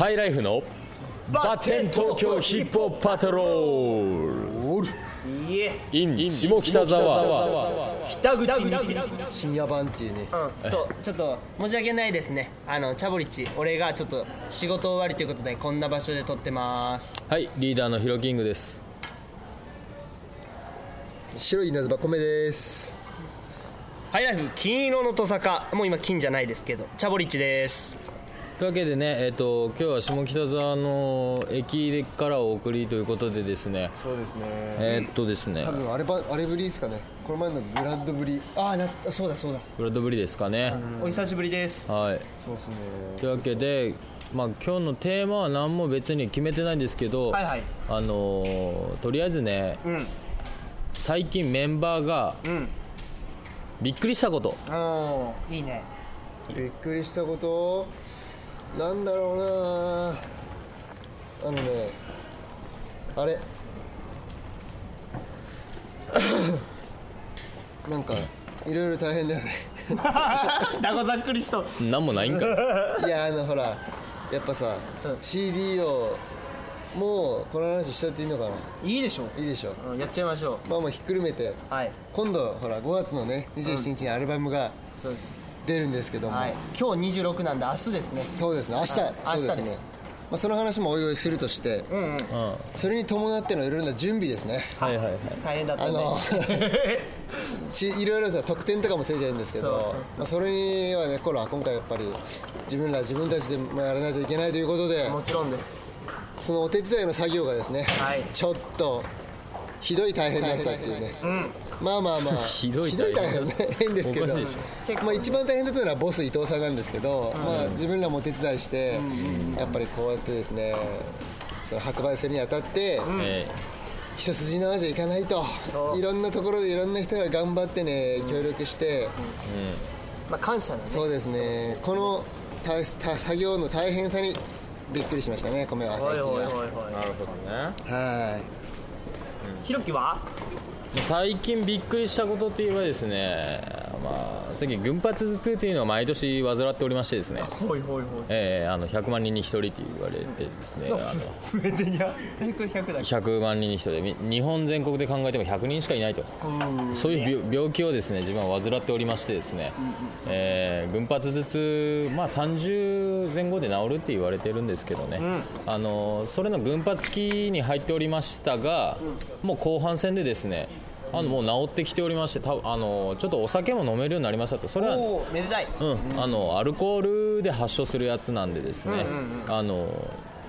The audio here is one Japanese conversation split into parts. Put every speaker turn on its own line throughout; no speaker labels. ハイライフのバテン東京ヒップホップパトロール
いえ
in 下北沢
北口
深夜版っていうね
うん、そうちょっと申し訳ないですねあのチャボリッチ俺がちょっと仕事終わりということでこんな場所で撮ってます
はいリーダーのヒロキングです
白い稲妻米です
ハイライフ金色のトサカもう今金じゃないですけどチャボリッチです
というわけでねえっ、と今日は下北沢の駅からお送りということでですね
そうですね
えっ、とですね
多分あればあれぶりですかねこの前のブラッドぶり
ああなそうだそうだ
ブラッドブリですかね
お久しぶりです
はい
そうですね
というわけでまあ今日のテーマは何も別に決めてないんですけど、
はいはい
あのーとりあえずね
うん
最近メンバーが
うん
びっくりしたこと
おーいい ね
びっくりしたことなんだろうなあのねあれ なんかいろいろ大変だよね
だござっくりしそう
何もない んか
いやあのほらやっぱさ、CD をもうこの話しちゃっていいのかない
いでしょ
いいでしょ
うんやっちゃいましょ
まあもうひっくるめて
うはい
今度ほら5月のね27日にアルバムが
そうです
出るんですけども、
はい今日26なんで明日ですね
そうですね明日
はい
そうです
明
ね
日です
まあ、その話もおいおいするとして
うんうん
うんは
それに伴ってのいろいろな準備ですね
いはいはい
大変だった
あ
ね
のしいろいろさ特典とかもついてるんですけど
そうそうそう
まあ、それにはねこら今回やっぱり自分ら自分たちでもやらないといけないということ で
もちろんです
そのお手伝いの作業がですね、
はい
ちょっとひどい大変だったっていうねまあまあまあ
ひどい大
大
変
変ね変ですけ
お
ど
かしいでし
まあ、一番大変だったのはボス伊藤さんなんですけど、まあ、自分らもお手伝いして、やっぱりこうやってですねその発売するにあたって、
え
一筋縄じゃいかないと
そう
いろんなところでいろんな人が頑張ってね協力して、
まあ感謝だね
そうですねこのたた作業の大変さにびっくりしましたね米は
お
最
いお
近
いおい
は。
おい
なるほどね
はい
ひろきは
最近びっくりしたことって言えばですね、まあ、最近群発頭痛というのは毎年患っておりましてですね、
ほいほいほい
えーあの100万人に1人って言われてですね、あの
増えてにゃ100 100だ
100万人に1人でみ日本全国で考えても100人しかいないとそういう病病気をですね自分は患っておりましてですね、えー群発頭痛、まあ、30前後で治るって言われてるんですけどね、あのそれの群発期に入っておりましたが、もう後半戦でですねあのもう治ってきておりましてたあのちょっとお酒も飲めるようになりましたとそれは
おおめでたい
うん、あのアルコールで発症するやつなんでですね、あの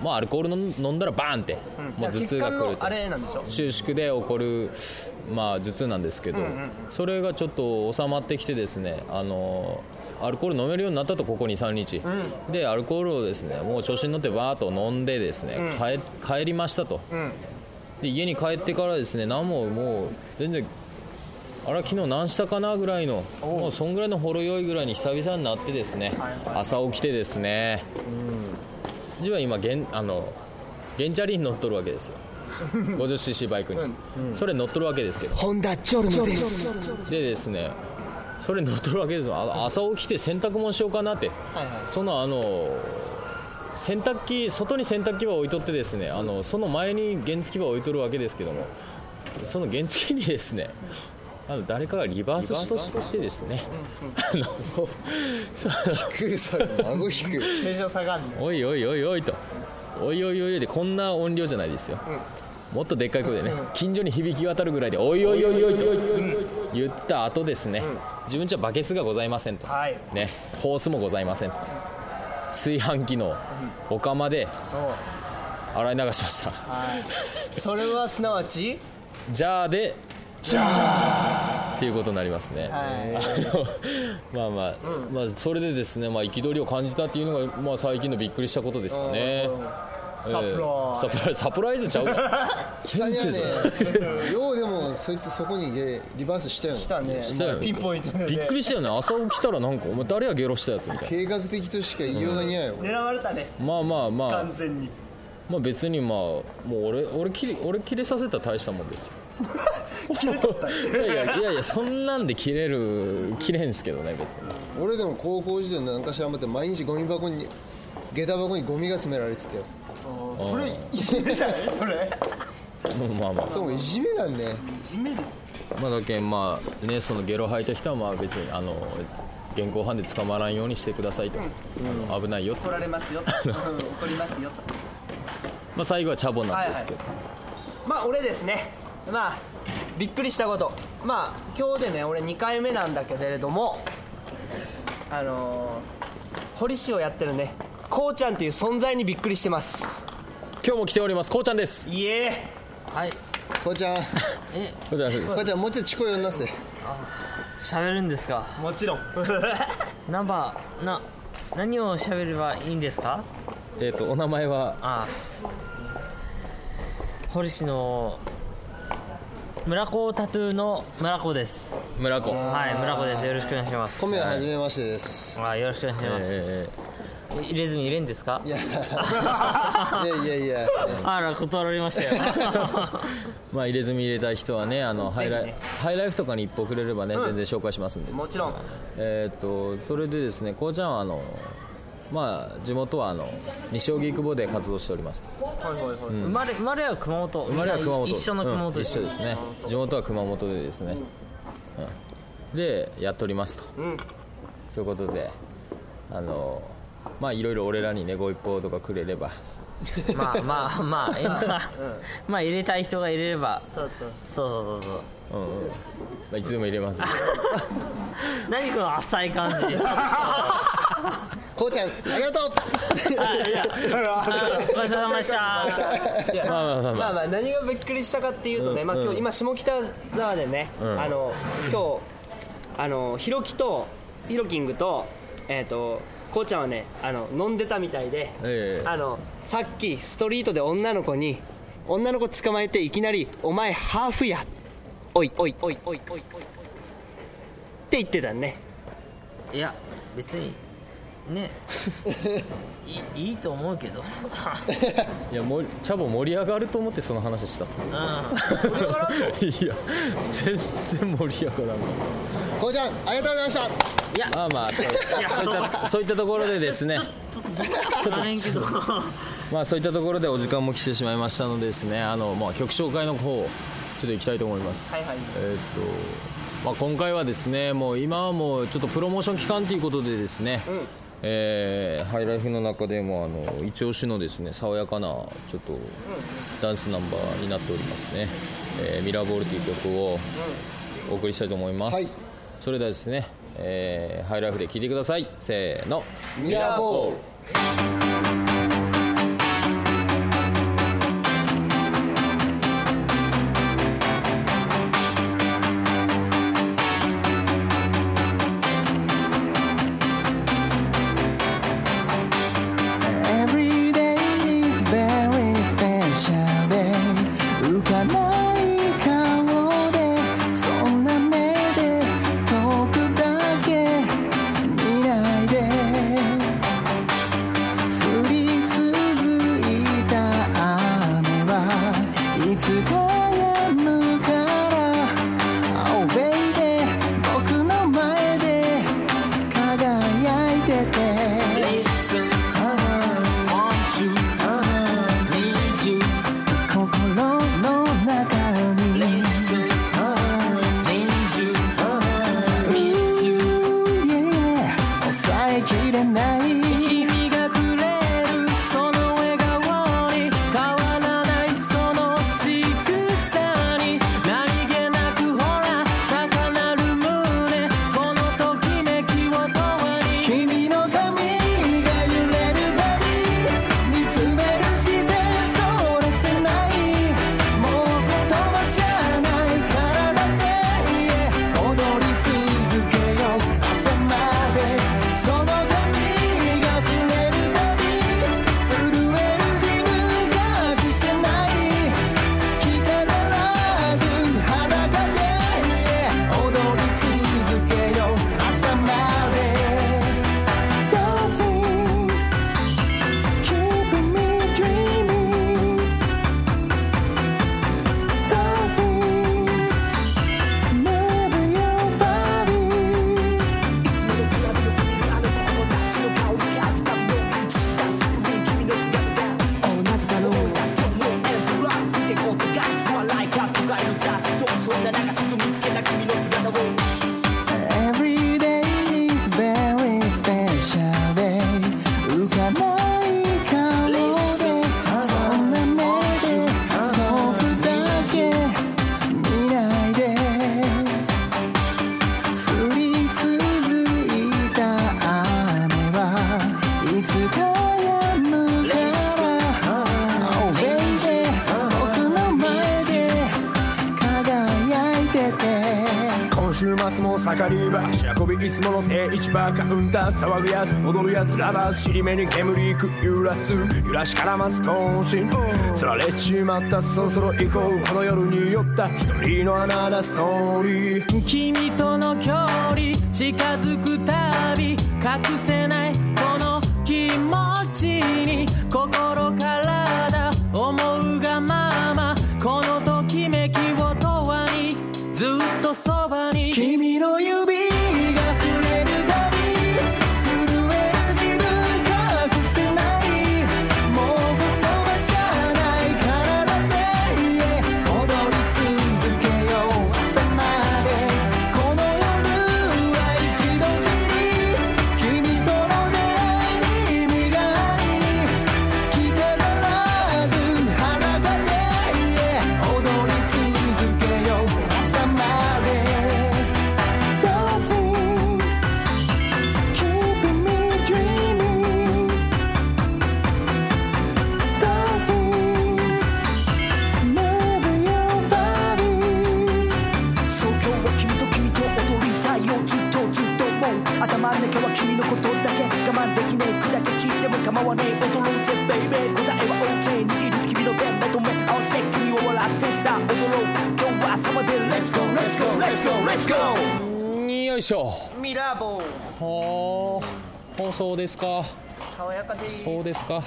まあアルコールの飲んだらバーンって、もう頭痛が
血
く
管
る
の
と
あれなんでしょ
収縮で起こる、まあ、頭痛なんですけど、それがちょっと収まってきてですねあのアルコール飲めるようになったとここ23日、でアルコールをですねもう調子に乗ってバーッと飲んでですね、帰帰りましたと、
ん
で家に帰ってからですね何ももう全然あら昨日何したかなぐらいのもうそんぐらいのほろ酔いぐらいに久々になってですね、朝起きてですね、自分は今ゲンあのゲンチャリに乗っとるわけですよ 50cc バイクに、それ乗っとるわけですけど
本田ジョルノです
でですねそれ乗っとるわけですよあ朝起きて洗濯物しようかなって
はいは
そのあの洗濯機外に洗濯機は置いとってですねあのその前に原付き場置いとるわけですけどもその原付きにですねあの誰かがリバースしとしてですねあのそ
低いそれ顎低い
いテンション下がんね
おいおいおいおいとおいおいおいおいでこんな音量じゃないですよ、もっとでっかい声でね近所に響き渡るぐらいでおいおいおいおいと言った後ですね自分じゃバケツがございませんと、
はい
ねホースもございませんと炊飯器のお釜で
お
洗い流しました
はいそれはすなわち
ジャーでジャーっていうことになります
は
ね、
い
あのまあまあ、まあそれでですねまあ憤りを感じたっていうのがまあ最近のびっくりしたことですかね、
サプロ
サプライズサプライズちゃうわ
下にはねようでもそいつそこにゲリバースしたよね
したね
したよ
ピンポイントで
びっくりしたよね朝起きたらなんかお前誰やゲロしたやつみたい
計画的としか言いようがないよ、
狙われたね
なまあまあまあ
完全に
まあ別にまあもう俺俺切れ俺切れさせたら大したもんです よいやいやいやいやそんなんで切れる切れんすけどね別に
俺でも高校時代何かしらまって毎日ゴミ箱に下駄箱にゴミが詰められてたよ
それいじめだよそれ
うんまあまあ
そういじめなんね
いじめです
まあだけんまあねそのゲロ吐いた人はまあ別にあの現行犯で捕まらんようにしてくださいと、あの危ないよと
怒られます ようん怒りますよ
まあ最後はチャボなんですけど、
まあ俺ですねまあびっくりしたことまあ今日でね俺2回目なんだけれどもあのー、堀市をやってるねこうちゃんっていう存在にびっくりしてます
今日も来ておりますこうちゃんです
いえ
はい
こうちゃんこ
え
こうちゃんです
うちゃんもうちょいチコ呼んだっす
喋るんですか
もちろん
ナンバーな何を喋ればいいんですか
えっ、とお名前は
あ堀市の村子タトゥーの村子です
村子
はい村子ですよろしくお願いします
米は初めましてです
あよろしくお願いします、
え
入れずに入れんですか
いやいやいやいや
あら断られました よ
ーまあ入れ墨入れたい人はねあのハイライハイライフとかに一歩くれればね、全然紹介しますん で
もちろん
えっ、とそれでですねこうちゃんはあのまあ地元はあの西荻窪で活動しておりますと
はいはいはい、
生まれ生まれは熊本
生まれは熊本
一緒の熊本
うん
で
一
す、
緒ですね地元は熊本でですね、うんでやっておりますと、
ん
そういうことであのまあいろいろ俺らにねご一報とかくれれば
まあまあま あ今、まあ入れたい人が入れればそう
そうそう
そうそうそう
うんうんまあ、いつでも入れ ますよ
何この浅い感じ
こうちゃんありがとう
ごちそうさまでした
いや
まあまあまあまあ
まあまあ何がびっくりしたかっていうとね、まあ、今日今下北沢でね、
ん
あの今日あのひろきとひろきんぐとえっ、とこうちゃんはねあの飲んでたみたいで、
ええ
あのさっきストリートで女の子に女の子捕まえていきなり「お前ハーフや」おいおいおいおいおいおいおいって言ってたね
いや別にねいいいと思うけど
いやもりチャボ盛り上がると思ってその話したと
うんあ
いや全然盛り上がらんかっ
こうちゃんありがとうございました
たまあまあそう
いや
そういったそういったところでですね
ちょっとれんけどは
まあそういったところでお時間も来てしまいましたのでですねあの、まあ、曲紹介の方ちょっと行きたいと思います
いはい
えーっとまあ、今回はですねもう今はもうちょっとプロモーション期間ということでですね、えーハイライフの中でもあの一押しのですね爽やかなちょっとダンスナンバーになっておりますね「えーミラーボール」という曲をお送りしたいと思います、
はい
それではですね、えーハイライフで聴いてくださいせーの
ミラーボール
浮かない顔でそんな目で遠くだけ見ないで触
盛り場運びいつもの定位置バーカウンター騒ぐやつ踊るやつラバー尻目に煙く揺らす揺らしからます渾身つられちまったそろそろ行こうこの夜に酔った一人のアナストーリー
君との距離近づくたび隠せないこの気持ちに心からだ思うがままこのときめきを永遠にずっとそばに君の指が触れるたび震える自分隠せないもう言葉じゃない体で踊り続けよう朝までこの夜は一度きり君との出会いに身があり着飾らず裸で踊り続けよう朝まで Dancing Keep me dreaming Dancing Move your body
そう今日は君と君と踊りたいよずっとずっともう頭の中は君のことだけ我慢できねえ砕け散っても構わねえ踊ろうぜベイベー答えは OK 握る君の手目と目合わせ君は笑ってさ踊ろう今日は朝まで Let's go Let's go Let's go Let's go
よいしょ
ミラーボー
はあそうですか
爽やかでいい
そうですか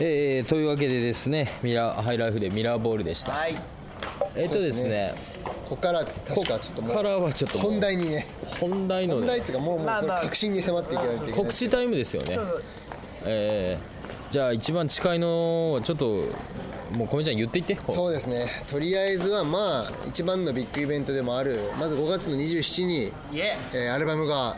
えー、というわけでですねミラーハイライフでミラーボールでした
はい
えっ、とですね
ここから確かちょっと
こ
も
っ
う
からはちょっともう
本題にね
本題の
本題っ
ね
つうかもうもう
まあ
これ
まあ
確信に迫っていけないといけない
告知タイムですよね
そう
えー、じゃあ一番近いのはちょっともうこめちゃん言っていってこう
そうですねとりあえずはまあ一番のビッグイベントでもあるまず5月の27に、
イエ
えーアルバムが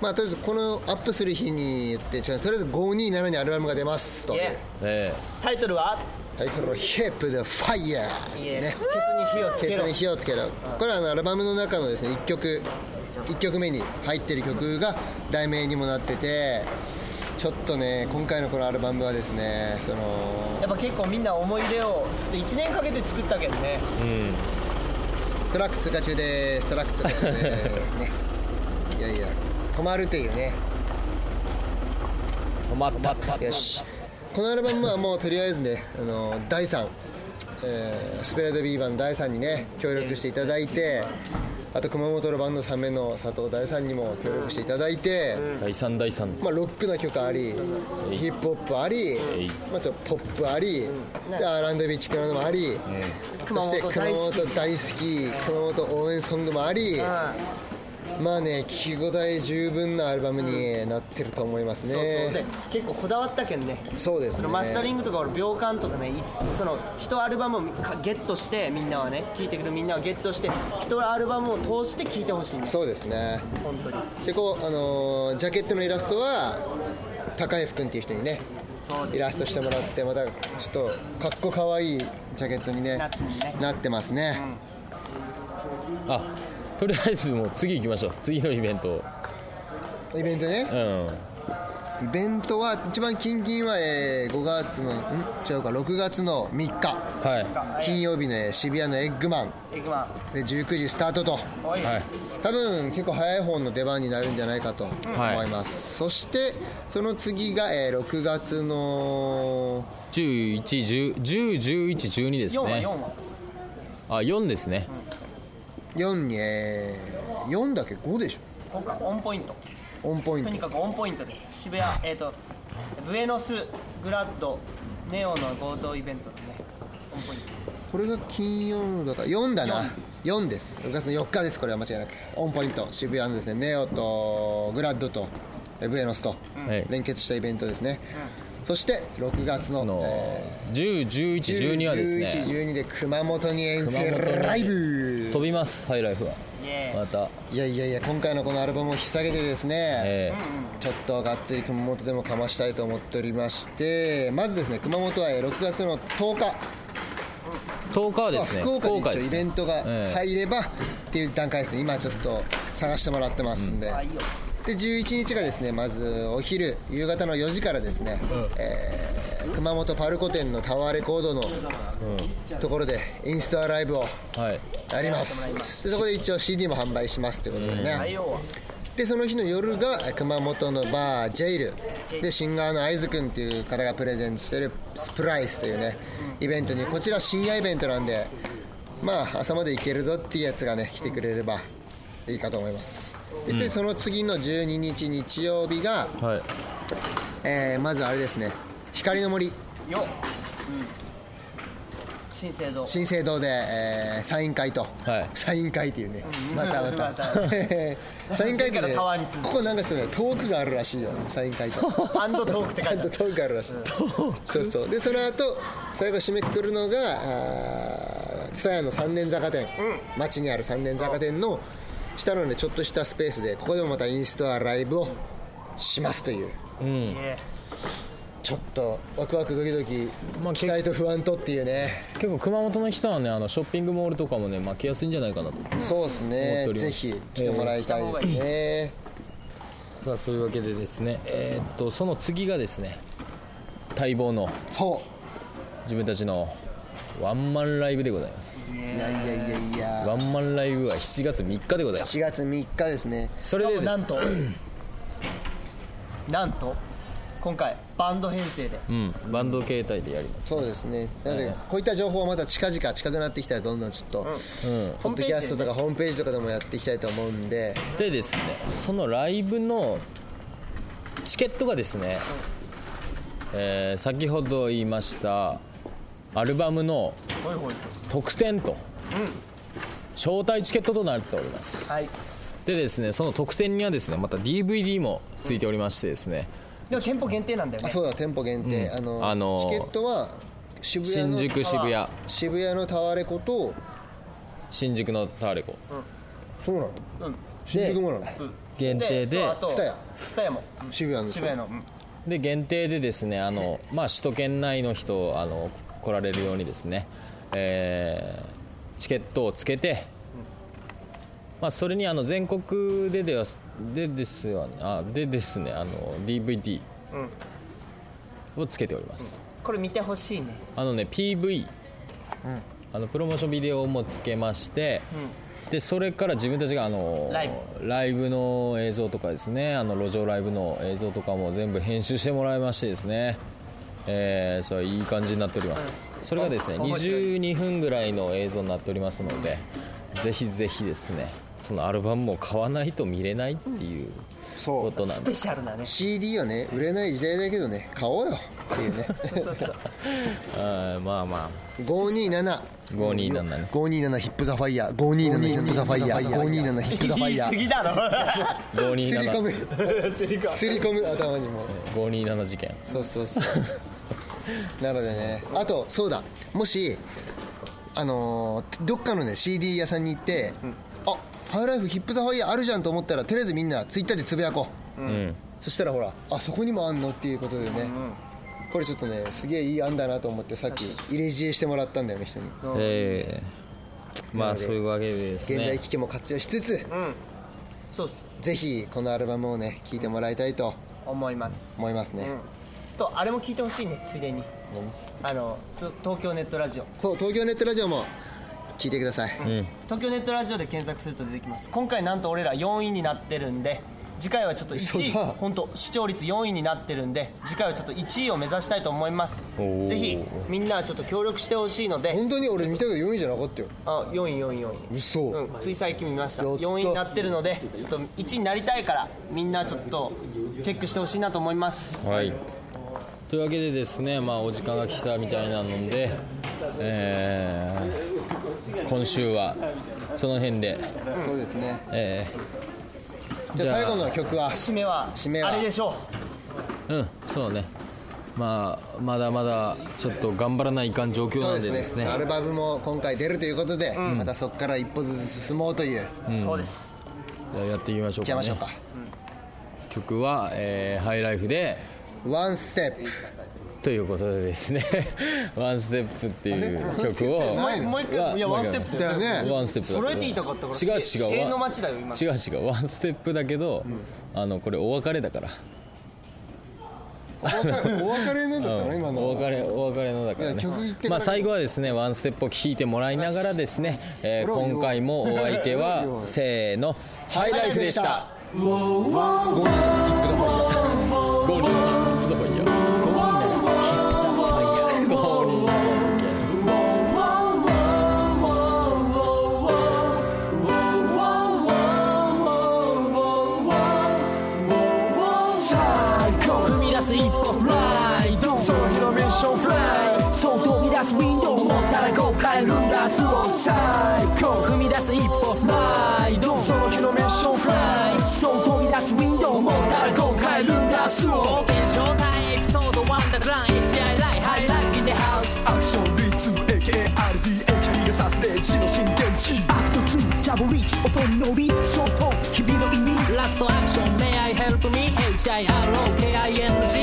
まあとりあえずこのアップする日に言って違うとりあえず527にアルバムが出ますと
イ
いう
エ
え
タイトルは
タイトルを「Hip the Fire」
イエ
ね
ケツに火をつけ
切
ろ
に火をつけるこれはあのアルバムの中のですね1曲1曲目に入ってる曲が題名にもなっててちょっとね今回のこのアルバムはですねその
やっぱ結構みんな思い出を作って1年かけて作ったけどね
トラック通過中ですトラック通過中ですねいやいや止まるっていうね
ー、止まったった
よしこのアルバムはもうとりあえずねあの第3、えースペレードビーバーの第3にね協力していただいてあと熊本のバンドサメの佐藤大さんにも協力していただいて、
第3第3
まあ、ロックな曲ありヒップホップあり
い、
まあ、ちょっとポップあり、で R&B チックなのもあり、そして熊本大好き熊本応援ソングもあり、まあね聞き応え十分なアルバムになってると思います
そうそうで
ね、
結構こだわったけんね
そうです
そ
ね
のマスタリングとか俺秒間とかねいその一アルバムをかゲットしてみんなはね聴いてくるみんなはゲットして一アルバムを通して聴いてほしいね
そうですね
本当に
でこう、あのージャケットのイラストは高 F 君っていう人にねイラストしてもらってまたちょっとかっこかわいいジャケットにね
なってるね
なってますね、
あとりあえずもう次行きましょう次のイベント
イベントね
うん
イベントは一番近々は、えー5月のん違うか6月の3日
は
金曜日の、えー渋谷のエッグマン
エグマ
で19時スタートと
ンおい、
いはい
多分結構早い方の出番になるんじゃないかと思い
はい
ます、そしてその次が、えー6月の
11101112です
4は
ね
4は
あ4ですね
4に、えー4だっけ5でし
ここかオンポイント
ょオンポイン
と
ト
にかくオンポイントです渋谷えっ、とブエノスグラッドネオの合同イベントのねオンポイント
これが金曜のだから4だな4です6月の4日ですこれは間違いなくオンポイント渋谷のですねネオとグラッドとえブエノスと
はい
連結したイベントですね、そして6月の
あの
えー
101112はです
11
ね
12で熊本に遠征
熊本に
ライブ
飛びますハイライフは
イエー
ま
イ
た
いやいやいや今回のこのアルバムを引っ提げてですね、
え
ちょっとがっつり熊本でもかましたいと思っておりましてまずですね熊本はえー6月の10日
ー10日はですね
福岡に一応
です
イベントが
ええ
入ればっていう段階ですね、今ちょっと探してもらってますんで、
いいよ
で11日がですねまずお昼夕方の4時からですね、えー熊本パルコ店のタワーレコードのところでインスタライブを
はい
やりますでそこで一応 CD も販売しますということでねでその日の夜が熊本のバージェイルでシンガーの会津君っていう方がプレゼントしてるスプライスというねイベントにこちら深夜イベントなんでまあ朝まで行けるぞっていうやつがね来てくれればいいかと思いますででその次の12日日曜日が、
はい
えーまずあれですね光の森
よ、新生堂
新生堂で、えーサイン会と、
はい
サイン会っていうね、またまた
また
サイン会って
前回の
ね
タワーに
こ
続く
こなんかすごいトークがあるらしいよサイン会と
アンドトークって書いてあ
あと
る
トークがあるらしい、そうそうでその後最後締めくくるのが蔦屋の三年坂店、町にある三年坂店の下のねちょっとしたスペースでここでもまたインストアライブをしますという
うん
ちょっとワクワクドキドキ、
まあ
期待と不安とっていうね
結構熊本の人はねあのショッピングモールとかもね巻きやすいんじゃないかなと
そうです
思って
ね
おります
ぜひ来てもらいたいですね、
さあそういうわけでですねえーっとその次がですね待望の
そ
自分たちのワンマンライブでございます
ういやいやいやいや
ワンマンライブは7月3日でございます
4月3日ですね
それでです
なんと なんと今回バンド編成で
うんバンド形態でやります
そうですねなので、こういった情報はまた近々近くなってきたらどんどんちょっと、ポッドキャストとかホームページとかでもやっていきたいと思うんで
でですねそのライブのチケットがですね、えー先ほど言いましたアルバムの特典と招待チケットとなっております
はい
でですねその特典にはですねまた DVD もついておりましてですね
でも店舗限定なんだよ
あ
ね
そうだ店舗限定、
うん
あの
あのー
チケットは渋谷
新
の
宿渋谷
渋谷のタワレコと
新宿のタワレコ
そうなの、新宿もなの
限定で
あと
蔦屋
蔦屋も
渋谷の
渋谷のうん
で限定でですねあの、まあ、首都圏内の人あの来られるようにですね、えーチケットをつけて、まあ、それにあの全国でではでですよねあでですねあの DVD をつけております、
これ見てほしいね
あのね PV、あのプロモーションビデオもつけまして、でそれから自分たちがあの
ライ
ライブの映像とかですねあの路上ライブの映像とかも全部編集してもらいましてですね、えーそれいい感じになっております、それがですね
面白い
22分ぐらいの映像になっておりますので、ぜひぜひですねそのアルバムも買わないと見れないっていう
そう
ことな
ス
んで
ペシャルなね
CD はね売れない時代だけどね買おうよっていう ね
そうそう
あーまあまあ
527
527ね
527ヒップザファイヤー527ヒップザファイヤー527ヒップザファイヤー
言い過ぎだ
すり込む
ろスリコ
すり込む頭にも
527事件
そうそうそうなのでねあとそうだもしあのーどっかのね CD 屋さんに行って、あハイライフヒップ・ザ・ファイヤーあるじゃんと思ったらとりあえずみんなツイッターでつぶやこう、
うん
そしたらほらあそこにもあんのっていうことでね、これちょっとねすげえいい案だなと思ってさっき入れ知恵してもらったんだよね人に
ええま
な
あ
ので
そういうわけでです
現代
ね
機器も活用しつつ、
そうっす
ぜひこのアルバムをね聴いてもらいたいと
思います
思いますね、
とあれも聞いてほしいねついでにあのつ東京ネットラジオ
そう東京ネットラジオも聴いてください、
東京ネットラジオで検索すると出てきます今回なんと俺ら4位になってるんで次回はちょっと1位
嘘だ
本当視聴率4位になってるんで次回はちょっと1位を目指したいと思います
おー
ぜひみんなちょっと協力してほしいので
本当に俺見たけど4位じゃなかったよ
あ4位4位4位
嘘、
うん、つい最近見ました
やった
4位になってるのでちょっと1位になりたいからみんなちょっとチェックしてほしいなと思います
はいというわけでですねまあお時間が来たみたいなので、えー今週はその辺で、
そうですね
え
じゃあ最後の曲は
締めは
締めは
あれでしょ
ーうんそうねまあまだまだちょっと頑張らないかん状況
そ
な
うん
で
で
ですす
ね
ね
アルバムも今回出るということで、またそこから一歩ずつ進もうという、
う、そうです
じゃあやっていきましょう
じゃ
か,、
あ
ね、
ましょうか
曲は、えーハイライフで
「ワンステップ
ということでですね 「ワンステップっていう曲を
あれ
もう一
は
回いや
もう
ワ
一回
ンステップ
だよね
ワンステップだけど
揃えていたかったから
違う
せ
違う
せーの街だよ今
違う違うワンステップだけど、あのこれお別れだから
お別れお別れなんだったの今の
お別れお別れのだか
い
ら
や曲言って
ね
から
まあ最後はですねワンステップを聴いてもらいながらですね、えー
ロビーを
今回もお相手
ロビー
は
を
せーの
ハ
ハ
イ
イ
ラ
ラ
イ
イ
フ
フ
で
で
し
したた
ゴールデンキックだもん
ゴールドヒップドファイヤーゴールドヒップドファイヤーゴールド
踏み出す一歩ライド
その日のミッションフライそう飛び出すウィンドウ
思ったらこう変えるんだ
スを最高
踏み出す一歩ライド
その日のミッションフライそう飛び出すウィンドウ
思ったら後悔ルンダースを冒険正体エピソード1ダグラン HI ライハイライフインデハウス
アクションリツ AKRDH リルサスレッジの新天地アクト2ジャブリーチ音に乗り相当日々の意味
ラストアクション May I help me
イ
HIROKING
ェイイェイイェイイェ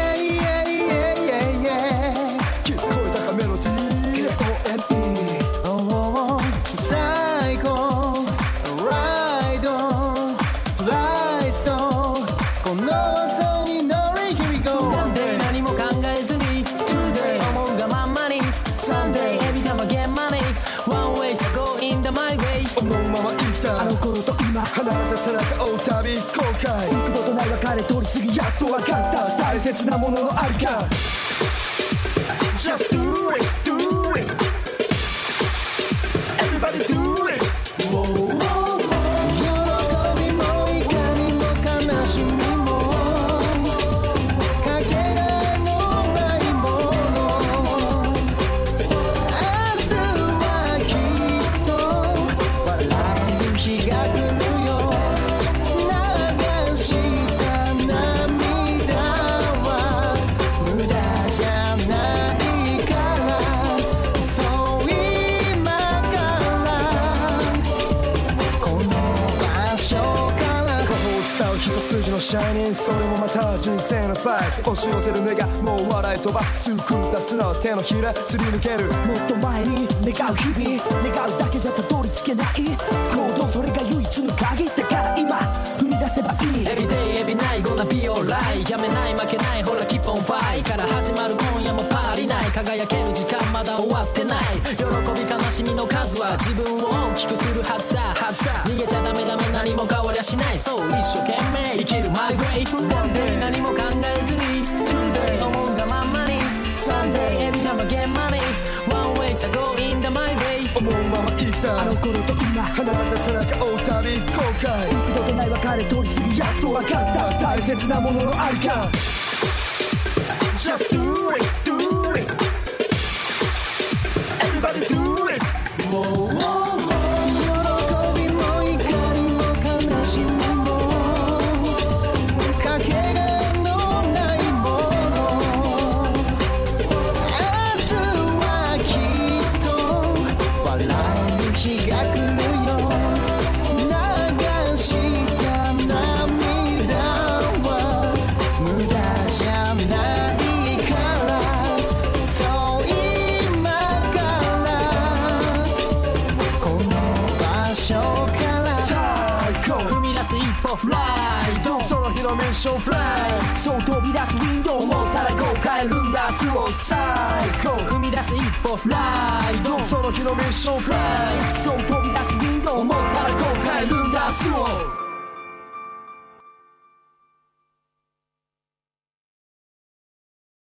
イイェイ聞こえたかメロディー OME 最高ライドライトこの音に乗り Here we go
なんで何も考えずに Today 思うがまんまに Sunday エビがまげんまに One way to go in the my way
このまま生きたあの頃と今離れた背中を旅後悔幾度とない別れ通り過ぎやっと分かった大切なもののありか Just do it, do it Everybody do it 喜びも怒りも悲しみもかけがえのないもの明日はきっと笑える日が来るよ流した涙は無駄じゃないからそう今からこの場所から伝う一筋のシャイニングそれもまた人生のスパイス押し寄せる目がもう笑い飛ばす空出すな手のひらすり抜けるもっと前に願う日々願うだけじゃたどり着けない行動それが唯一の鍵だから今踏み出せばいい
Everyday every night gonna be alright やめない負けないほら keep on fight から始まる今夜もパーリない輝ける時間まだ終わってない喜び悲しみの数は自分を大きくするはずだはずだ逃げちゃダメダメ何も変わりゃしないそう一生懸命生きる my way Monday 何も考えずに Today 思うがまんまに Sunday every time I get money One way so go in the my way
思うまま生きたあの頃と今離れた背中を旅後悔幾度とない別れ通り過ぎやっと分かった大切なもののありか Just do it, do it Everybody do it 喜びも怒りも悲しみもかけがえのないもの明日はきっと笑える日が来るよ流した涙は無駄じゃないからそう今からこの場所から
踏み出す一歩 Ride
その日のミッションフライそう飛び出すウィンドウ
思ったら後悔ルンダースを
最高
踏み出す一歩ライド
その日のミッションフライそう飛び出すウィンドウ
思ったら後悔ルンダースを